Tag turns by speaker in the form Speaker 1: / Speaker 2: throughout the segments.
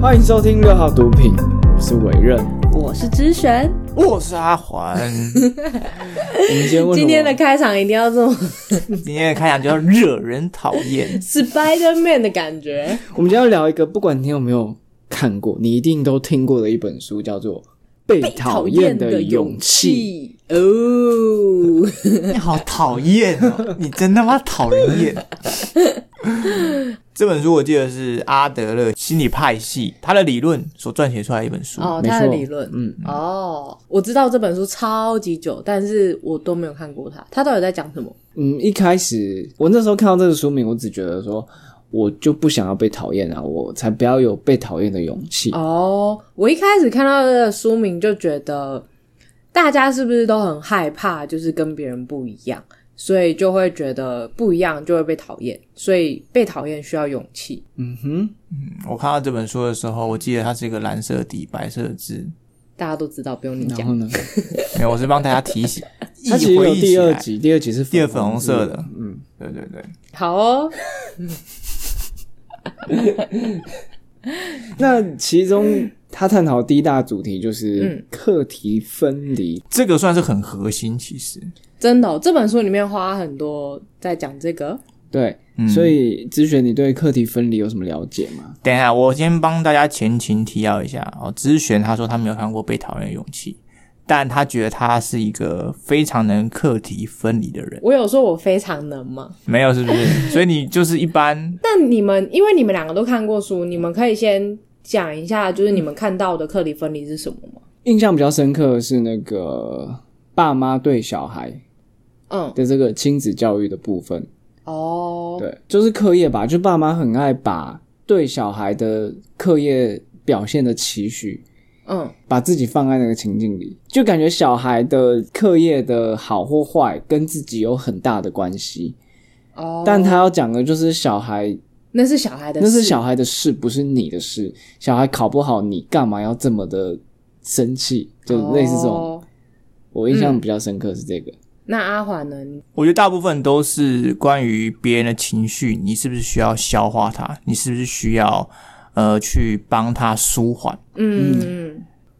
Speaker 1: 欢迎收听六号毒品，我是伟任。
Speaker 2: 我是之璇。
Speaker 3: 我是阿环，
Speaker 1: 我们今天问
Speaker 2: 今天
Speaker 1: 什
Speaker 2: 的
Speaker 1: 么
Speaker 2: 开场一定要这么。
Speaker 3: 今天的开场就要惹人讨厌
Speaker 2: Spider Man 的感觉。
Speaker 1: 我们今天要聊一个，不管你有没有看过，你一定都听过的一本书，叫做《被讨厌的勇气》。
Speaker 2: 哦，
Speaker 3: 你好讨厌哦！你真他妈讨人厌。这本书我记得是阿德勒心理派系他的理论所撰写出来的一本书。
Speaker 2: 哦，
Speaker 1: 没
Speaker 2: 他的
Speaker 1: 错
Speaker 2: 理论，
Speaker 1: 嗯，
Speaker 2: 哦，我知道这本书超级久，但是我都没有看过它。它到底在讲什么？
Speaker 1: 嗯，一开始我那时候看到这个书名，我只觉得说，我就不想要被讨厌啊，我才不要有被讨厌的勇气。
Speaker 2: 哦，我一开始看到这个书名就觉得，大家是不是都很害怕，就是跟别人不一样，所以就会觉得不一样就会被讨厌，所以被讨厌需要勇气。
Speaker 1: 嗯哼，
Speaker 3: 我看到这本书的时候，我记得它是一个蓝色底白色字。
Speaker 2: 大家都知道，不用你
Speaker 1: 然
Speaker 2: 嗯讲
Speaker 1: 后。呢？
Speaker 3: 没有，我是帮大家提 醒。
Speaker 1: 它其实有
Speaker 3: 忆回忆起
Speaker 1: 第二
Speaker 3: 来。
Speaker 1: 集，第二集是
Speaker 3: 第二粉红
Speaker 1: 色
Speaker 3: 色的，
Speaker 1: 嗯，
Speaker 3: 对对对，
Speaker 2: 好哦，
Speaker 1: 那其中他探讨的第一大主题就是
Speaker 2: 嗯
Speaker 1: 课题分离。
Speaker 3: 这个算是很核心，其实。
Speaker 2: 真的哦、这本书里面花很多在讲这个。
Speaker 1: 对，
Speaker 3: 嗯
Speaker 1: 所以咨询你对课题分离有什么了解吗？
Speaker 3: 等一下，我先帮大家前情提要一下哦。知璇他说他没有看过《被讨厌的勇气》，但他觉得他是一个非常能课题分离的人，
Speaker 2: 我有说我非常能吗？
Speaker 3: 没有是不是？所以你就是一般
Speaker 2: 那你们因为你们两个都看过书，你们可以先讲一下，就是你们看到的课题分离是什么吗？
Speaker 1: 印象比较深刻的是那个爸妈对小孩
Speaker 2: 嗯，
Speaker 1: 的这个亲子教育的部分，
Speaker 2: 哦，
Speaker 1: 对，就是课业吧，就爸妈很爱把对小孩的课业表现的期许。
Speaker 2: 嗯，
Speaker 1: 把自己放在那个情境里，就感觉小孩的课业的好或坏跟自己有很大的关系。
Speaker 2: 哦，
Speaker 1: 但他要讲的就是小孩
Speaker 2: 那是小孩的事，
Speaker 1: 那是小孩的事，不是你的事。小孩考不好，你干嘛要这么的生气？就类似这种，
Speaker 2: 哦嗯
Speaker 1: 我印象比较深刻是这个。
Speaker 2: 那阿环呢？嗯你
Speaker 3: 我觉得大部分都是关于别人的情绪，你是不是需要消化它？你是不是需要呃去帮他舒缓？
Speaker 2: 嗯。嗯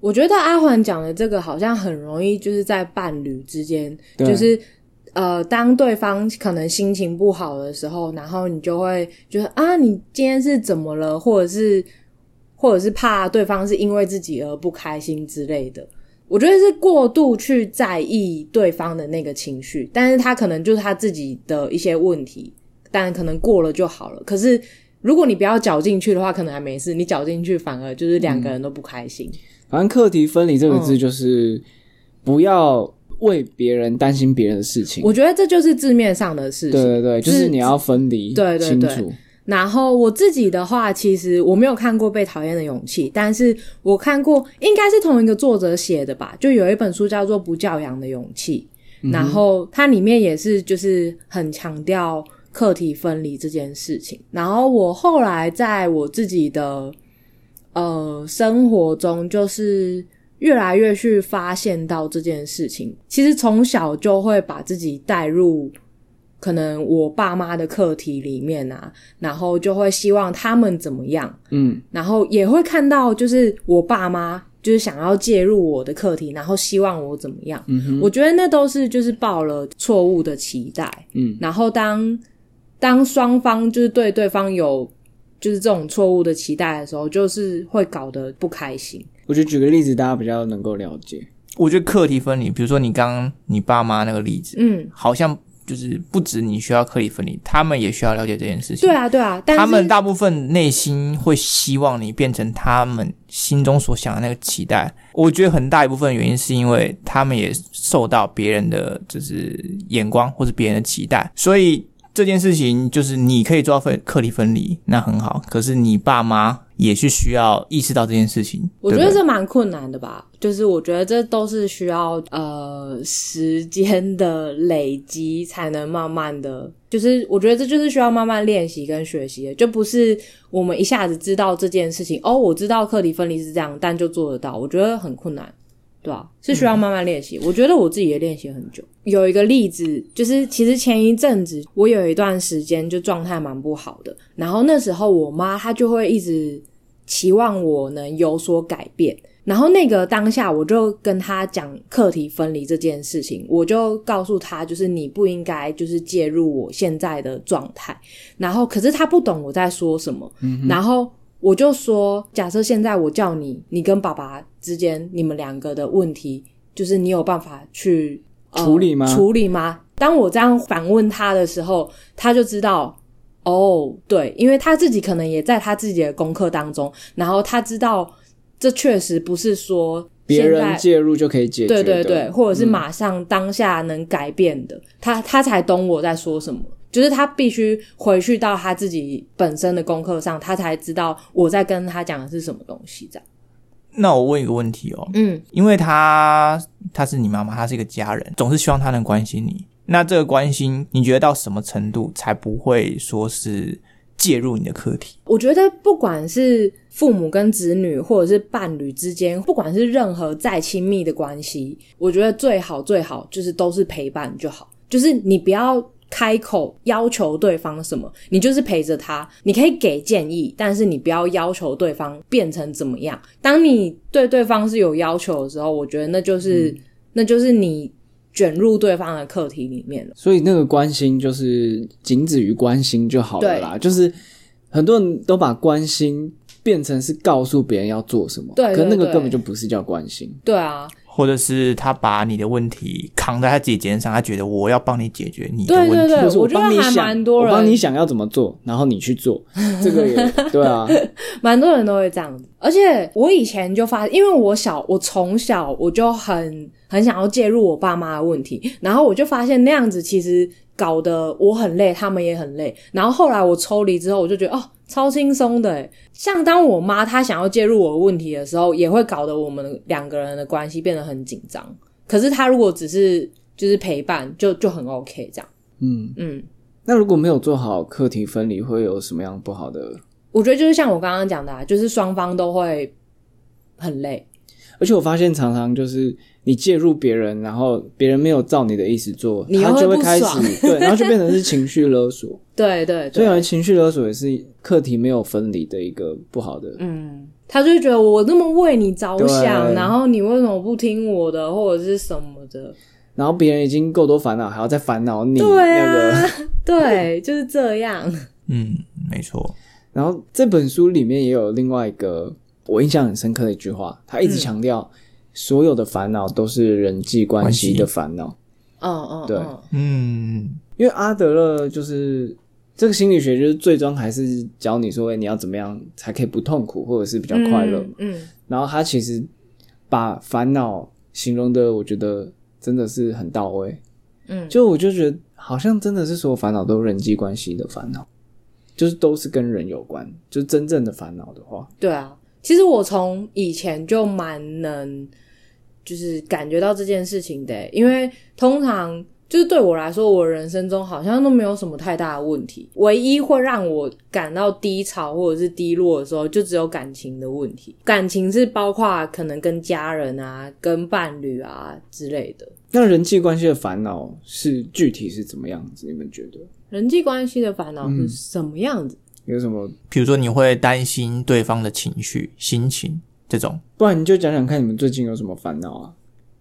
Speaker 2: 我觉得阿环讲的这个好像很容易，就是在伴侣之间，
Speaker 1: 对
Speaker 2: 就是呃，当对方可能心情不好的时候，然后你就会觉得啊，你今天是怎么了，或者是或者是怕对方是因为自己而不开心之类的。我觉得是过度去在意对方的那个情绪，但是他可能就是他自己的一些问题，但可能过了就好了。可是如果你不要搅进去的话，可能还没事；你搅进去，反而就是两个人都不开心。
Speaker 1: 反正课题分离这个字
Speaker 2: 嗯
Speaker 1: 就是不要为别人担心别人的事情。
Speaker 2: 我觉得这就是字面上的事情。
Speaker 1: 对对对，就
Speaker 2: 就是
Speaker 1: 是你要分离
Speaker 2: 对对
Speaker 1: 清
Speaker 2: 对
Speaker 1: 楚。
Speaker 2: 然后我自己的话，其实我没有看过《被讨厌的勇气》，但是我看过，应该是同一个作者写的吧？就有一本书叫做《不教养的勇气》，然后它里面也是就是很强调课题分离这件事情。然后我后来在我自己的呃生活中，就是越来越去发现到这件事情。其实从小就会把自己带入可能我爸妈的课题里面啊，然后就会希望他们怎么样，
Speaker 1: 嗯，
Speaker 2: 然后也会看到就是我爸妈就是想要介入我的课题，然后希望我怎么样。
Speaker 1: 嗯哼
Speaker 2: 我觉得那都是就是抱了错误的期待。
Speaker 1: 嗯，
Speaker 2: 然后当当双方就是对对方有就是这种错误的期待的时候，就是会搞得不开心。
Speaker 1: 我觉得举个例子，大家比较能够了解。
Speaker 3: 我觉得课题分离，比如说你刚刚你爸妈那个例子，
Speaker 2: 嗯，
Speaker 3: 好像就是不止你需要课题分离，他们也需要了解这件事情。
Speaker 2: 对啊，对啊，但是
Speaker 3: 他们大部分内心会希望你变成他们心中所想的那个期待。我觉得很大一部分原因是因为他们也受到别人的就是眼光或是别人的期待，所以这件事情就是你可以做到分课题分离，那很好。可是你爸妈也是需要意识到这件事情。
Speaker 2: 我觉
Speaker 3: 对不
Speaker 2: 得
Speaker 3: 对
Speaker 2: 这蛮困难的吧，就是我觉得这都是需要呃时间的累积，才能慢慢的，就是我觉得这就是需要慢慢练习跟学习的，就不是我们一下子知道这件事情，哦，我知道课题分离是这样，但就做得到，我觉得很困难。对啊，是需要慢慢练习。我觉得我自己也练习很久。有一个例子，就是其实前一阵子我有一段时间就状态蛮不好的，然后那时候我妈她就会一直期望我能有所改变。然后那个当下，我就跟他讲课题分离这件事情，我就告诉他，就是你不应该就是介入我现在的状态。然后，可是他不懂我在说什么。然后我就说，假设现在我叫你，你跟爸爸之间你们两个的问题，就是你有办法去、呃
Speaker 1: 处理吗
Speaker 2: 处理吗？当我这样反问他的时候，他就知道哦，对，因为他自己可能也在他自己的功课当中，然后他知道这确实不是说
Speaker 1: 别
Speaker 2: 现在
Speaker 1: 人介入就可以解决
Speaker 2: 对
Speaker 1: 的。嗯
Speaker 2: 对对，或者是马上当下能改变的，他他才懂我在说什么。就是他必须回去到他自己本身的功课上，他才知道我在跟他讲的是什么东西。这样，
Speaker 3: 那我问一个问题哦，
Speaker 2: 嗯，
Speaker 3: 因为她她是你妈妈，她是一个家人，总是希望她能关心你。那这个关心，你觉得到什么程度才不会说是介入你的课题？
Speaker 2: 我觉得不管是父母跟子女，或者是伴侣之间，不管是任何再亲密的关系，我觉得最好最好就是都是陪伴就好，就是你不要。开口要求对方什么，你就是陪着他，你可以给建议，但是你不要要求对方变成怎么样。当你对对方是有要求的时候，我觉得那就是、那就是你卷入对方的课题里面了。
Speaker 1: 所以那个关心就是仅止于关心就好了啦。就是很多人都把关心变成是告诉别人要做什么，
Speaker 2: 对对
Speaker 1: 可那个
Speaker 2: 对
Speaker 1: 根本就不是叫关心。
Speaker 2: 对啊，
Speaker 3: 或者是他把你的问题扛在他自己肩上，他觉得我要帮你解决你的问
Speaker 2: 对
Speaker 3: 题。
Speaker 2: 对对
Speaker 1: 就，是
Speaker 2: 我觉
Speaker 1: 帮你
Speaker 2: 得还
Speaker 1: 想，
Speaker 2: 蛮多人
Speaker 1: 我帮你想要怎么做，然后你去做， 这个也对啊，
Speaker 2: 蛮多人都会这样子，而且我以前就发，因为我小，我从小我就很很想要介入我爸妈的问题，然后我就发现那样子其实搞得我很累，他们也很累。然后后来我抽离之后，我就觉得哦，超轻松的耶。像当我妈她想要介入我的问题的时候，也会搞得我们两个人的关系变得很紧张。可是她如果只是就是陪伴，就就很 OK 这样。
Speaker 1: 嗯。
Speaker 2: 嗯，
Speaker 1: 那如果没有做好课题分离，会有什么样不好的？
Speaker 2: 我觉得就是像我刚刚讲的、啊，就是双方都会很累。
Speaker 1: 而且我发现常常就是你介入别人，然后别人没有照你的意思做，
Speaker 2: 你又
Speaker 1: 他就会
Speaker 2: 会不
Speaker 1: 开始
Speaker 2: 爽
Speaker 1: 对，然后就变成是情绪勒索。
Speaker 2: 对对
Speaker 1: 所
Speaker 2: 对，
Speaker 1: 以情绪勒索也是课题没有分离的一个不好的。
Speaker 2: 嗯，他就会觉得我那么为你着想，
Speaker 1: 对
Speaker 2: 然后你为什么不听我的，或者是什么的？
Speaker 1: 然后别人已经够多烦恼，还要再烦恼你
Speaker 2: 对
Speaker 1: 那个。
Speaker 2: 啊，对，就是这样。
Speaker 3: 嗯，没错。
Speaker 1: 然后这本书里面也有另外一个我印象很深刻的一句话，他一直
Speaker 2: 嗯
Speaker 1: 强调所有的烦恼都是人际关系的烦恼。
Speaker 2: 嗯嗯，
Speaker 1: 对
Speaker 2: 嗯
Speaker 3: 嗯，
Speaker 1: 因为阿德勒就是这个心理学，就是最终还是教你说，哎，你要怎么样才可以不痛苦，或者是比较快乐。
Speaker 2: 嗯嗯，
Speaker 1: 然后他其实把烦恼形容的，我觉得真的是很到位。
Speaker 2: 嗯
Speaker 1: 就我就觉得好像真的是所有烦恼都是人际关系的烦恼，就是都是跟人有关，就是真正的烦恼的话，
Speaker 2: 对啊。其实我从以前就蛮能，就是感觉到这件事情的，欸因为通常。就是对我来说，我人生中好像都没有什么太大的问题，唯一会让我感到低潮或者是低落的时候，就只有感情的问题。感情是包括可能跟家人啊、跟伴侣啊之类的
Speaker 1: 那人际关系的烦恼是具体是怎么样子？你们觉得
Speaker 2: 人际关系的烦恼
Speaker 1: 嗯
Speaker 2: 是什么样子？
Speaker 1: 有什么？
Speaker 3: 比如说你会担心对方的情绪、心情这种。
Speaker 1: 不然你就讲讲看，你们最近有什么烦恼啊？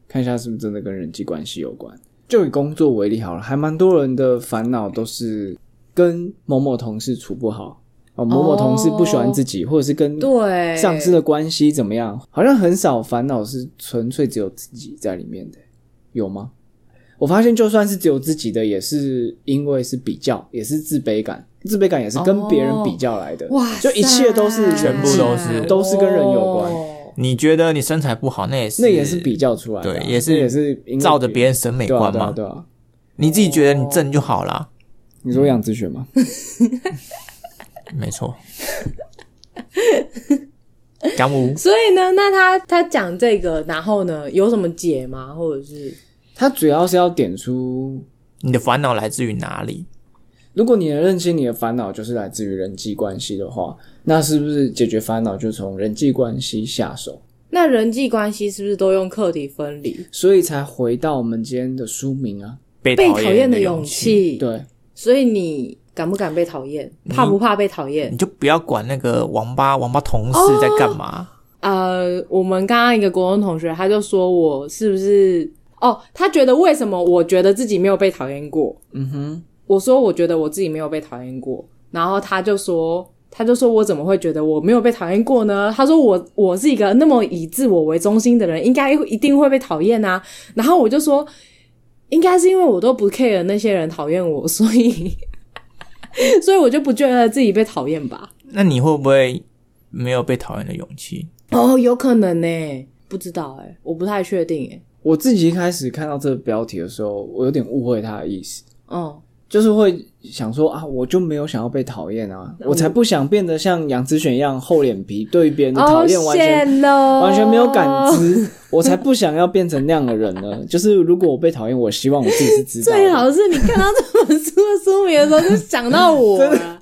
Speaker 1: 看一下是不是真的跟人际关系有关。就以工作为例好了，还蛮多人的烦恼都是跟某某同事处不好，哦，某某同事不喜欢自己，或者是跟
Speaker 2: 哦对，
Speaker 1: 上司的关系怎么样？好像很少烦恼是纯粹只有自己在里面的，有吗？我发现就算是只有自己的，也是因为是比较，也是自卑感，自卑感也是跟别人比较来的。
Speaker 2: 哦哇塞，
Speaker 1: 就一切都是人际
Speaker 3: 全部都是
Speaker 1: 都是跟人有关
Speaker 2: 哦
Speaker 3: 你觉得你身材不好，那也是
Speaker 1: 那也是比较出来的啊、
Speaker 3: 对也是
Speaker 1: 那也是因为
Speaker 3: 照着别人审美
Speaker 1: 对啊
Speaker 3: 观
Speaker 1: 对啊哦
Speaker 3: 嘛。
Speaker 1: 对啊。
Speaker 3: 你自己觉得你正就好啦。
Speaker 1: 你说养殖学吗？
Speaker 3: 嗯没错。干五
Speaker 2: 所以呢，那他他讲这个，然后呢，有什么解吗？或者是
Speaker 1: 它主要是要点出，
Speaker 3: 你的烦恼来自于哪里？
Speaker 1: 如果你能认清你的烦恼就是来自于人际关系的话，那是不是解决烦恼就从人际关系下手？
Speaker 2: 那人际关系是不是都用课题分离？
Speaker 1: 所以才回到我们今天的书名啊。
Speaker 3: 被
Speaker 2: 被
Speaker 3: 讨
Speaker 2: 讨厌
Speaker 3: 的
Speaker 2: 的勇
Speaker 3: 气。
Speaker 2: 气，
Speaker 1: 对，
Speaker 2: 所以你敢不敢被讨厌，怕不怕被讨厌
Speaker 3: 你？就不要管那个王八王八同事在干嘛。
Speaker 2: 呃，我们刚刚一个国中同学，他就说我是不是？哦，他觉得为什么我觉得自己没有被讨厌过？
Speaker 1: 嗯哼，
Speaker 2: 我说我觉得我自己没有被讨厌过，然后他就说，他就说我怎么会觉得我没有被讨厌过呢？他说我我是一个那么以自我为中心的人，应该一定会被讨厌啊。然后我就说，应该是因为我都不 care 那些人讨厌我，所以 所以我就不觉得自己被讨厌吧。
Speaker 3: 那你会不会没有被讨厌的勇气？
Speaker 2: 哦，有可能呢、不知道哎、我不太确定哎、
Speaker 1: 我自己一开始看到这个标题的时候，我有点误会他的意思，
Speaker 2: 哦，
Speaker 1: 就是会想说啊，我就没有想要被讨厌啊，我才不想变得像杨子璇一样厚脸皮，对于别人的讨厌完全、
Speaker 2: 哦喽，
Speaker 1: 完全没有感
Speaker 2: 哦
Speaker 1: 知， 我才不想要变成那样的人呢。就是如果我被讨厌，我希望我自己是知道
Speaker 2: 最
Speaker 1: 的。
Speaker 2: 好是你看到这本书的书名的时候就想到 我了，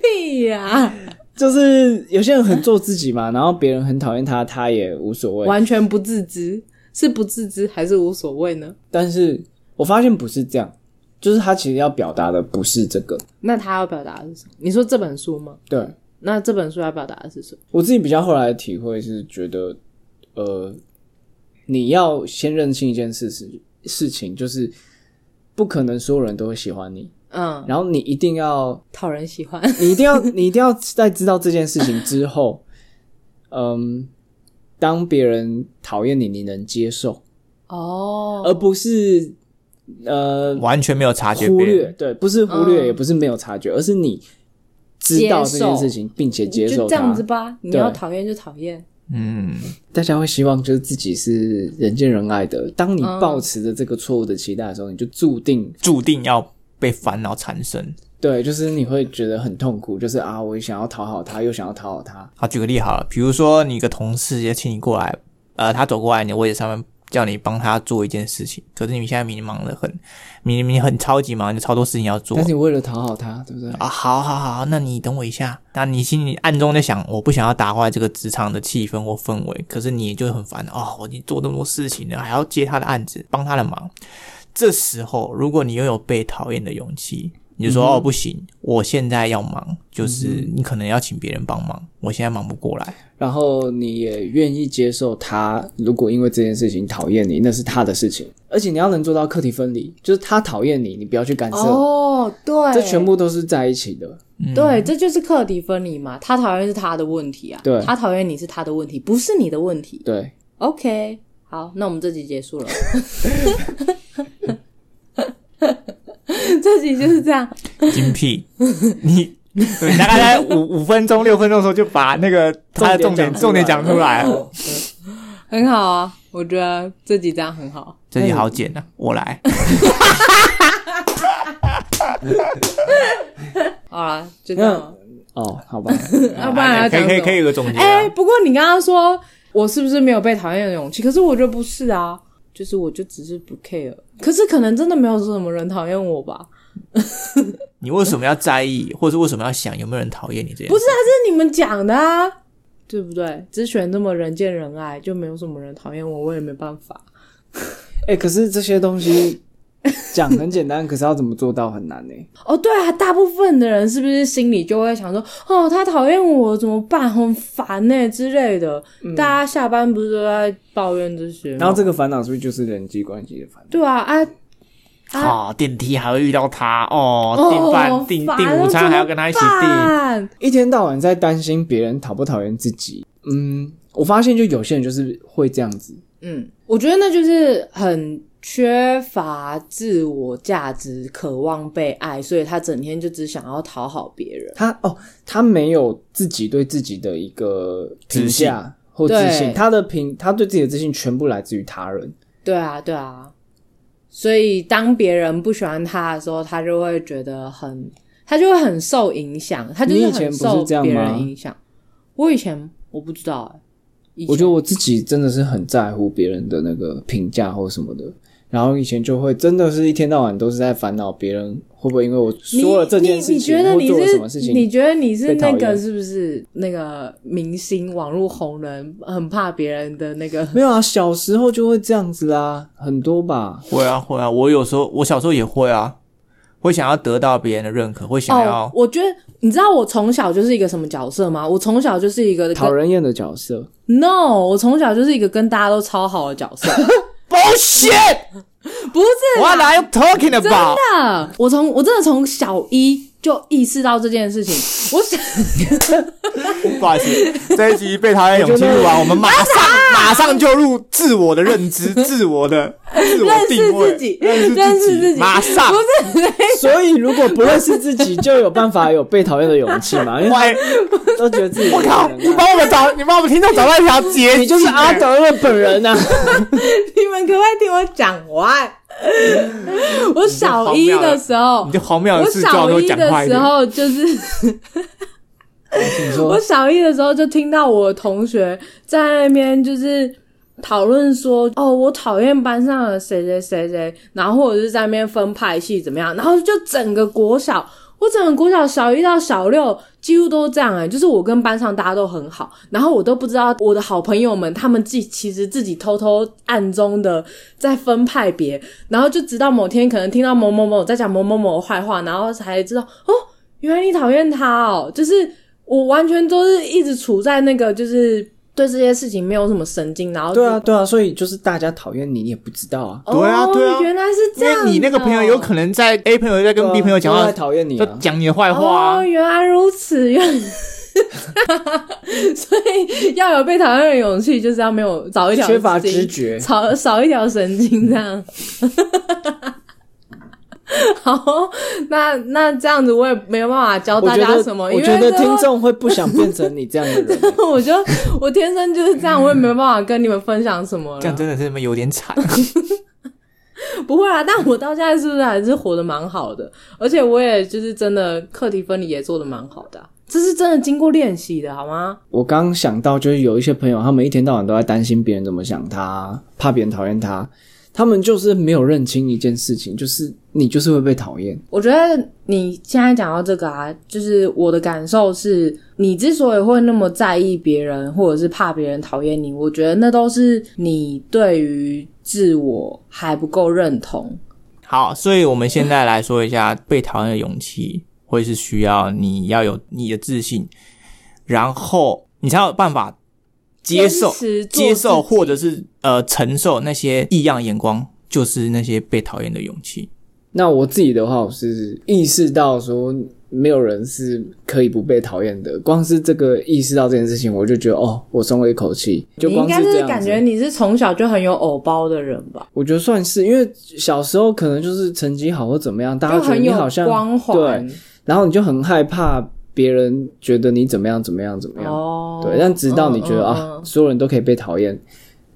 Speaker 2: 屁呀、
Speaker 1: 就是有些人很做自己嘛，然后别人很讨厌他，他也无所谓。
Speaker 2: 完全不自知，是不自知还是无所谓呢？
Speaker 1: 但是我发现不是这样，就是他其实要表达的不是这个。
Speaker 2: 那他要表达的是什么？你说这本书吗？
Speaker 1: 对
Speaker 2: 那这本书要表达的是什么？
Speaker 1: 我自己比较后来的体会是觉得，呃，你要先认清一件事实事情，就是不可能所有人都会喜欢你，
Speaker 2: 嗯，
Speaker 1: 然后你一定要
Speaker 2: 讨人 喜欢。
Speaker 1: 你一定要，你一定要在知道这件事情之后， 嗯，当别人讨厌你，你能接受，
Speaker 2: 哦，
Speaker 1: 而不是呃
Speaker 3: 完全没有察觉
Speaker 1: 忽
Speaker 3: 别
Speaker 1: 略
Speaker 3: 人，，
Speaker 1: 对，不是忽略，
Speaker 2: 嗯
Speaker 1: 也不是没有察觉，而是你知道这件事情，并且接受
Speaker 2: 就这样子
Speaker 1: 它。
Speaker 2: 吧。你
Speaker 1: 对
Speaker 2: 要讨厌就讨厌。
Speaker 3: 嗯，
Speaker 1: 大家会希望就是自己是人见人爱的。当你
Speaker 2: 嗯
Speaker 1: 抱持着这个错误的期待的时候，你就注定
Speaker 3: 注定要被烦恼缠身。
Speaker 1: 对，就是你会觉得很痛苦，就是啊，我想要讨好他，又想要讨好他，
Speaker 3: 好，举个例好了，比如说你一个同事要请你过来，呃，他走过来你的位置上面，叫你帮他做一件事情，可是你现在迷茫的很，你你很超级忙，你超多事情要做
Speaker 1: 但。是你为了讨好他，对不对？
Speaker 3: 啊，好好好，那你等我一下。那你心里暗中在想，我不想要打坏这个职场的气氛或氛围，可是你就很烦哦，我已经做那么多事情了，还要接他的案子，帮他的忙。这时候，如果你拥有被讨厌的勇气，你就说、哦，不行，我现在要忙，就是你可能要请别人帮忙，我现在忙不过 来。
Speaker 1: 然后你也愿意接受他，如果因为这件事情讨厌你，那是他的事情。而且你要能做到课题分离，就是他讨厌你，你不要去干涉，
Speaker 2: 哦，对，
Speaker 1: 这全部都是在一起的。
Speaker 2: 对，这就是课题分离嘛。他讨厌是他的问题啊，
Speaker 1: 对
Speaker 2: 他讨厌你是他的问题，不是你的问题。
Speaker 1: 对，
Speaker 2: OK，好，那我们这集结束了。 这集就是这样，
Speaker 3: 精辟， 你。对，大概在五五分钟、六分钟的时候，就把那个他的重点重
Speaker 1: 重
Speaker 3: 点
Speaker 1: 点
Speaker 3: 讲
Speaker 1: 讲
Speaker 3: 出
Speaker 1: 出
Speaker 3: 来
Speaker 1: 来
Speaker 3: 了。
Speaker 2: 很好啊。我觉得这集这样很好。
Speaker 3: 这里好剪啊，我 来。
Speaker 2: 好啦，就这样了。
Speaker 1: 哦，好 吧，
Speaker 2: 要不然要
Speaker 3: 可
Speaker 2: 讲什
Speaker 3: 以
Speaker 2: 么
Speaker 3: 可以可以有个总结、
Speaker 2: 哎、
Speaker 3: 啊。
Speaker 2: 不过你刚刚说我是不是没有被讨厌的勇气？可是我觉得不是啊，就是我就只是不 care。可是可能真的没有什么人讨厌我吧？
Speaker 3: 你为什么要在意，或者是为什么要想有没有人讨厌你这件事？
Speaker 2: 不是啊，这是你们讲的啊，对不对？只选这么人见人爱，就没有什么人讨厌我，我也没办法。
Speaker 1: 哎、可是这些东西讲很简单，可是要怎么做到很 难呢、
Speaker 2: 哦，对啊，大部分的人是不是心里就会想说，哦，他讨厌我怎么办？很烦呢、之类的。大家下班不是都在抱怨这些吗？
Speaker 1: 然后这个烦恼是不是就是人际关系的烦恼？
Speaker 2: 对啊，啊，
Speaker 3: 啊、电梯还会遇到他哦，
Speaker 2: 哦，
Speaker 3: 订饭、
Speaker 2: 好
Speaker 3: 订
Speaker 2: 烦
Speaker 3: 订午餐还要跟他一起订，。
Speaker 1: 一天到晚在担心别人讨不讨厌自己。嗯，我发现就有些人就是会这样子，
Speaker 2: 嗯，我觉得那就是很缺乏自我价值，渴望被爱，所以他整天就只想要讨好别人。
Speaker 1: 他哦，他没有自己对自己的一个评价或自
Speaker 2: 对
Speaker 1: 信，他的评他对自己的自信全部来自于他人。
Speaker 2: 对啊，对啊。所以当别人不喜欢他的时候，他就会觉得很，他就会很受影响，他就
Speaker 1: 你以前
Speaker 2: 很
Speaker 1: 不是
Speaker 2: 受
Speaker 1: 这样
Speaker 2: 别
Speaker 1: 吗
Speaker 2: 人影响。我以前我不知道、欸，以前
Speaker 1: 我觉得我自己真的是很在乎别人的那个评价或什么的，然后以前就会真的是一天到晚都是在烦恼别人会不会因为我
Speaker 2: 你
Speaker 1: 说了这件
Speaker 2: 你
Speaker 1: 事
Speaker 2: 你觉
Speaker 1: 情
Speaker 2: 得
Speaker 1: 或
Speaker 2: 你
Speaker 1: 做了什么
Speaker 2: 是
Speaker 1: 事情，
Speaker 2: 你觉得你是
Speaker 1: 被讨
Speaker 2: 那个
Speaker 1: 厌
Speaker 2: 是不是那个明星网络红人，很怕别人的那个
Speaker 1: 没有啊，小时候就会这样子啦，很多吧。
Speaker 3: 会啊会啊，我有时候我小时候也会啊，会想要得到别人的认可，会想要、
Speaker 2: 哦，我觉得你知道我从小就是一个什么角色吗？我从小就是一个
Speaker 1: 讨
Speaker 2: 跟
Speaker 1: 人厌的角 色，
Speaker 2: no，我从小就是一个跟大家都超好的角 色，
Speaker 3: bullshit。
Speaker 2: 不是
Speaker 3: What are you talking
Speaker 2: 真
Speaker 3: about？
Speaker 2: 的。我从我真的从小一就意识到这件事 情，我想
Speaker 3: 不好意思，这一集被讨厌勇气录啊完，我们马上马上就入自我的认 知、自我的自我定位、
Speaker 2: 认识自己
Speaker 3: 认
Speaker 2: 认识自己
Speaker 3: 马上
Speaker 1: 所以如果不认识自己，就有办法有被讨厌的勇气嘛？因为
Speaker 3: 喂，
Speaker 1: 都觉得 自己
Speaker 3: 我靠！你帮我们找，你帮我们听众找到一条捷径，
Speaker 1: 你就是阿德勒本人啊呐、
Speaker 2: 你们可不可以听我讲完？我小一的时候
Speaker 3: 嗯你，就荒谬
Speaker 2: 哦我
Speaker 3: 的事，最好
Speaker 2: 小
Speaker 3: 给我
Speaker 2: 一
Speaker 3: 讲快
Speaker 2: 的
Speaker 3: 一
Speaker 2: 时
Speaker 3: 点。
Speaker 2: 候就是。
Speaker 1: 你
Speaker 2: 我
Speaker 1: 说
Speaker 2: 小一的时候就听到我同学在那边就是讨论说，哦，我讨厌班上的谁谁谁谁，然后或者是在那边分派系怎么样，然后就整个国小，我整个国小小一到小六几乎都这样哎、就是我跟班上大家都很好，然后我都不知道我的好朋友们他们自己其实自己偷偷暗中的在分派别，然后就直到某天可能听到某某某在讲某某某的坏话，然后才知道哦，原来你讨厌他哦，就是我完全都是一直处在那个就是对这些事情没有什么神经，然后
Speaker 1: 对啊，对啊，所以就是大家讨厌你，你也不知道啊。
Speaker 2: 哦，
Speaker 3: 对啊对啊
Speaker 2: 原来是
Speaker 3: 因
Speaker 2: 这样啊
Speaker 3: 为
Speaker 2: 的，
Speaker 3: 你那个朋友有可能在 A 朋友在跟 B 朋友讲
Speaker 1: 都
Speaker 3: 话
Speaker 1: 在，讨厌你、
Speaker 3: 就
Speaker 1: 啊，
Speaker 3: 讲你的坏话
Speaker 2: 哦，
Speaker 3: 啊。
Speaker 2: 原来如此，原来。 所以要有被讨厌的勇气，就是要没有少一条
Speaker 1: 缺乏
Speaker 2: 筋
Speaker 1: 知觉
Speaker 2: 少少一条神经这样。 好，那那这样子我也没有办法教
Speaker 1: 我
Speaker 2: 大
Speaker 1: 觉
Speaker 2: 家
Speaker 1: 得
Speaker 2: 什么，
Speaker 1: 我
Speaker 2: 因
Speaker 1: 觉
Speaker 2: 为
Speaker 1: 得
Speaker 2: 这
Speaker 1: 听众会不想变成你这样的人。
Speaker 2: 我就我天生就是这样，我也没有办法跟你们分享什么了。
Speaker 3: 这
Speaker 1: 嗯
Speaker 3: 样真的是有点 惨，
Speaker 2: 不会啊，但我到现在是不是还是活得蛮好的？而且我也就是真的课题分离也做得蛮好的啊、这是真的经过练习的好吗？
Speaker 1: 我刚想到，就是有一些朋友，他们一天到晚都在担心别人怎么想他，怕别人讨厌他，他们就是没有认清一件事情，就是你就是会被讨厌。
Speaker 2: 我觉得你现在讲到这个啊，就是我的感受是，你之所以会那么在意别人，或者是怕别人讨厌你，我觉得那都是你对于自我还不够认同。
Speaker 3: 好，所以我们现在来说一下被讨厌的勇气，会是需要你要有你的自信，然后你才有办法接受
Speaker 2: 坚持、做
Speaker 3: 接受
Speaker 2: 自己
Speaker 3: 或者是呃承受那些异样眼光，就是那些被讨厌的勇气。
Speaker 1: 那我自己的话，我是意识到说，没有人是可以不被讨厌的。光是这个意识到这件事情，我就觉得哦，我松了一口气。就
Speaker 2: 你应
Speaker 1: 光
Speaker 2: 该就
Speaker 1: 这
Speaker 2: 是
Speaker 1: 样
Speaker 2: 感
Speaker 1: 子
Speaker 2: 觉你是从小就很有偶包的人吧？
Speaker 1: 我觉得算是，因为小时候可能就是成绩好或怎么样，大家
Speaker 2: 就
Speaker 1: 觉得
Speaker 2: 很
Speaker 1: 你
Speaker 2: 有
Speaker 1: 好像
Speaker 2: 光环
Speaker 1: 对，然后你就很害怕别人觉得你怎么样怎么样怎么样。
Speaker 2: 哦。
Speaker 1: 对，但直到你觉得、
Speaker 2: 嗯
Speaker 1: 啊
Speaker 2: 嗯，
Speaker 1: 所有人都可以被讨厌，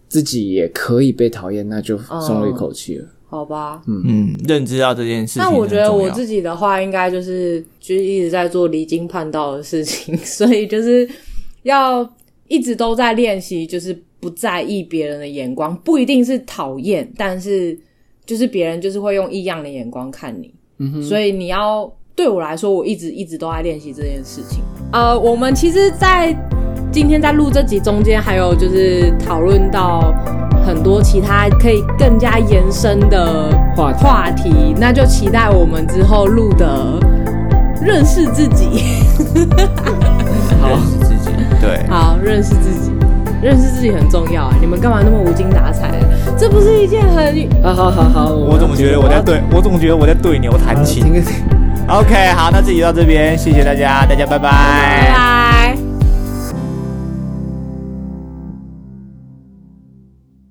Speaker 1: 自己也可以被讨厌，那就松
Speaker 2: 哦
Speaker 1: 了一口气了。
Speaker 2: 好吧，
Speaker 3: 嗯，认知到这件事情
Speaker 2: 那
Speaker 3: 很重要。
Speaker 2: 我觉得我自己的话，应该就是就是一直在做离经叛道的事情， 所以就是要一直都在练习，就是不在意别人的眼光，不一定是讨厌，但是就是别人就是会用异样的眼光看你，
Speaker 1: 嗯
Speaker 2: 所以你要对我来说，我一直一直都在练习这件事情。呃，我们其实，在今天在录这集中间，还有就是讨论到很多其他可以更加延伸的
Speaker 1: 话题
Speaker 2: 话题，那就期待我们之后录的认识自己。
Speaker 3: 认识自己，对，
Speaker 2: 好，认识自己，认识自己很重要啊！你们干嘛那么无精打采的？这不是一件很
Speaker 1: 啊，好好好，
Speaker 3: 我总觉得我在对，我总觉得我在对牛弹
Speaker 1: 要
Speaker 3: 琴
Speaker 1: 停。个停。
Speaker 3: OK，好，那这集到这边，谢谢大家，大家拜拜
Speaker 2: 拜拜。哎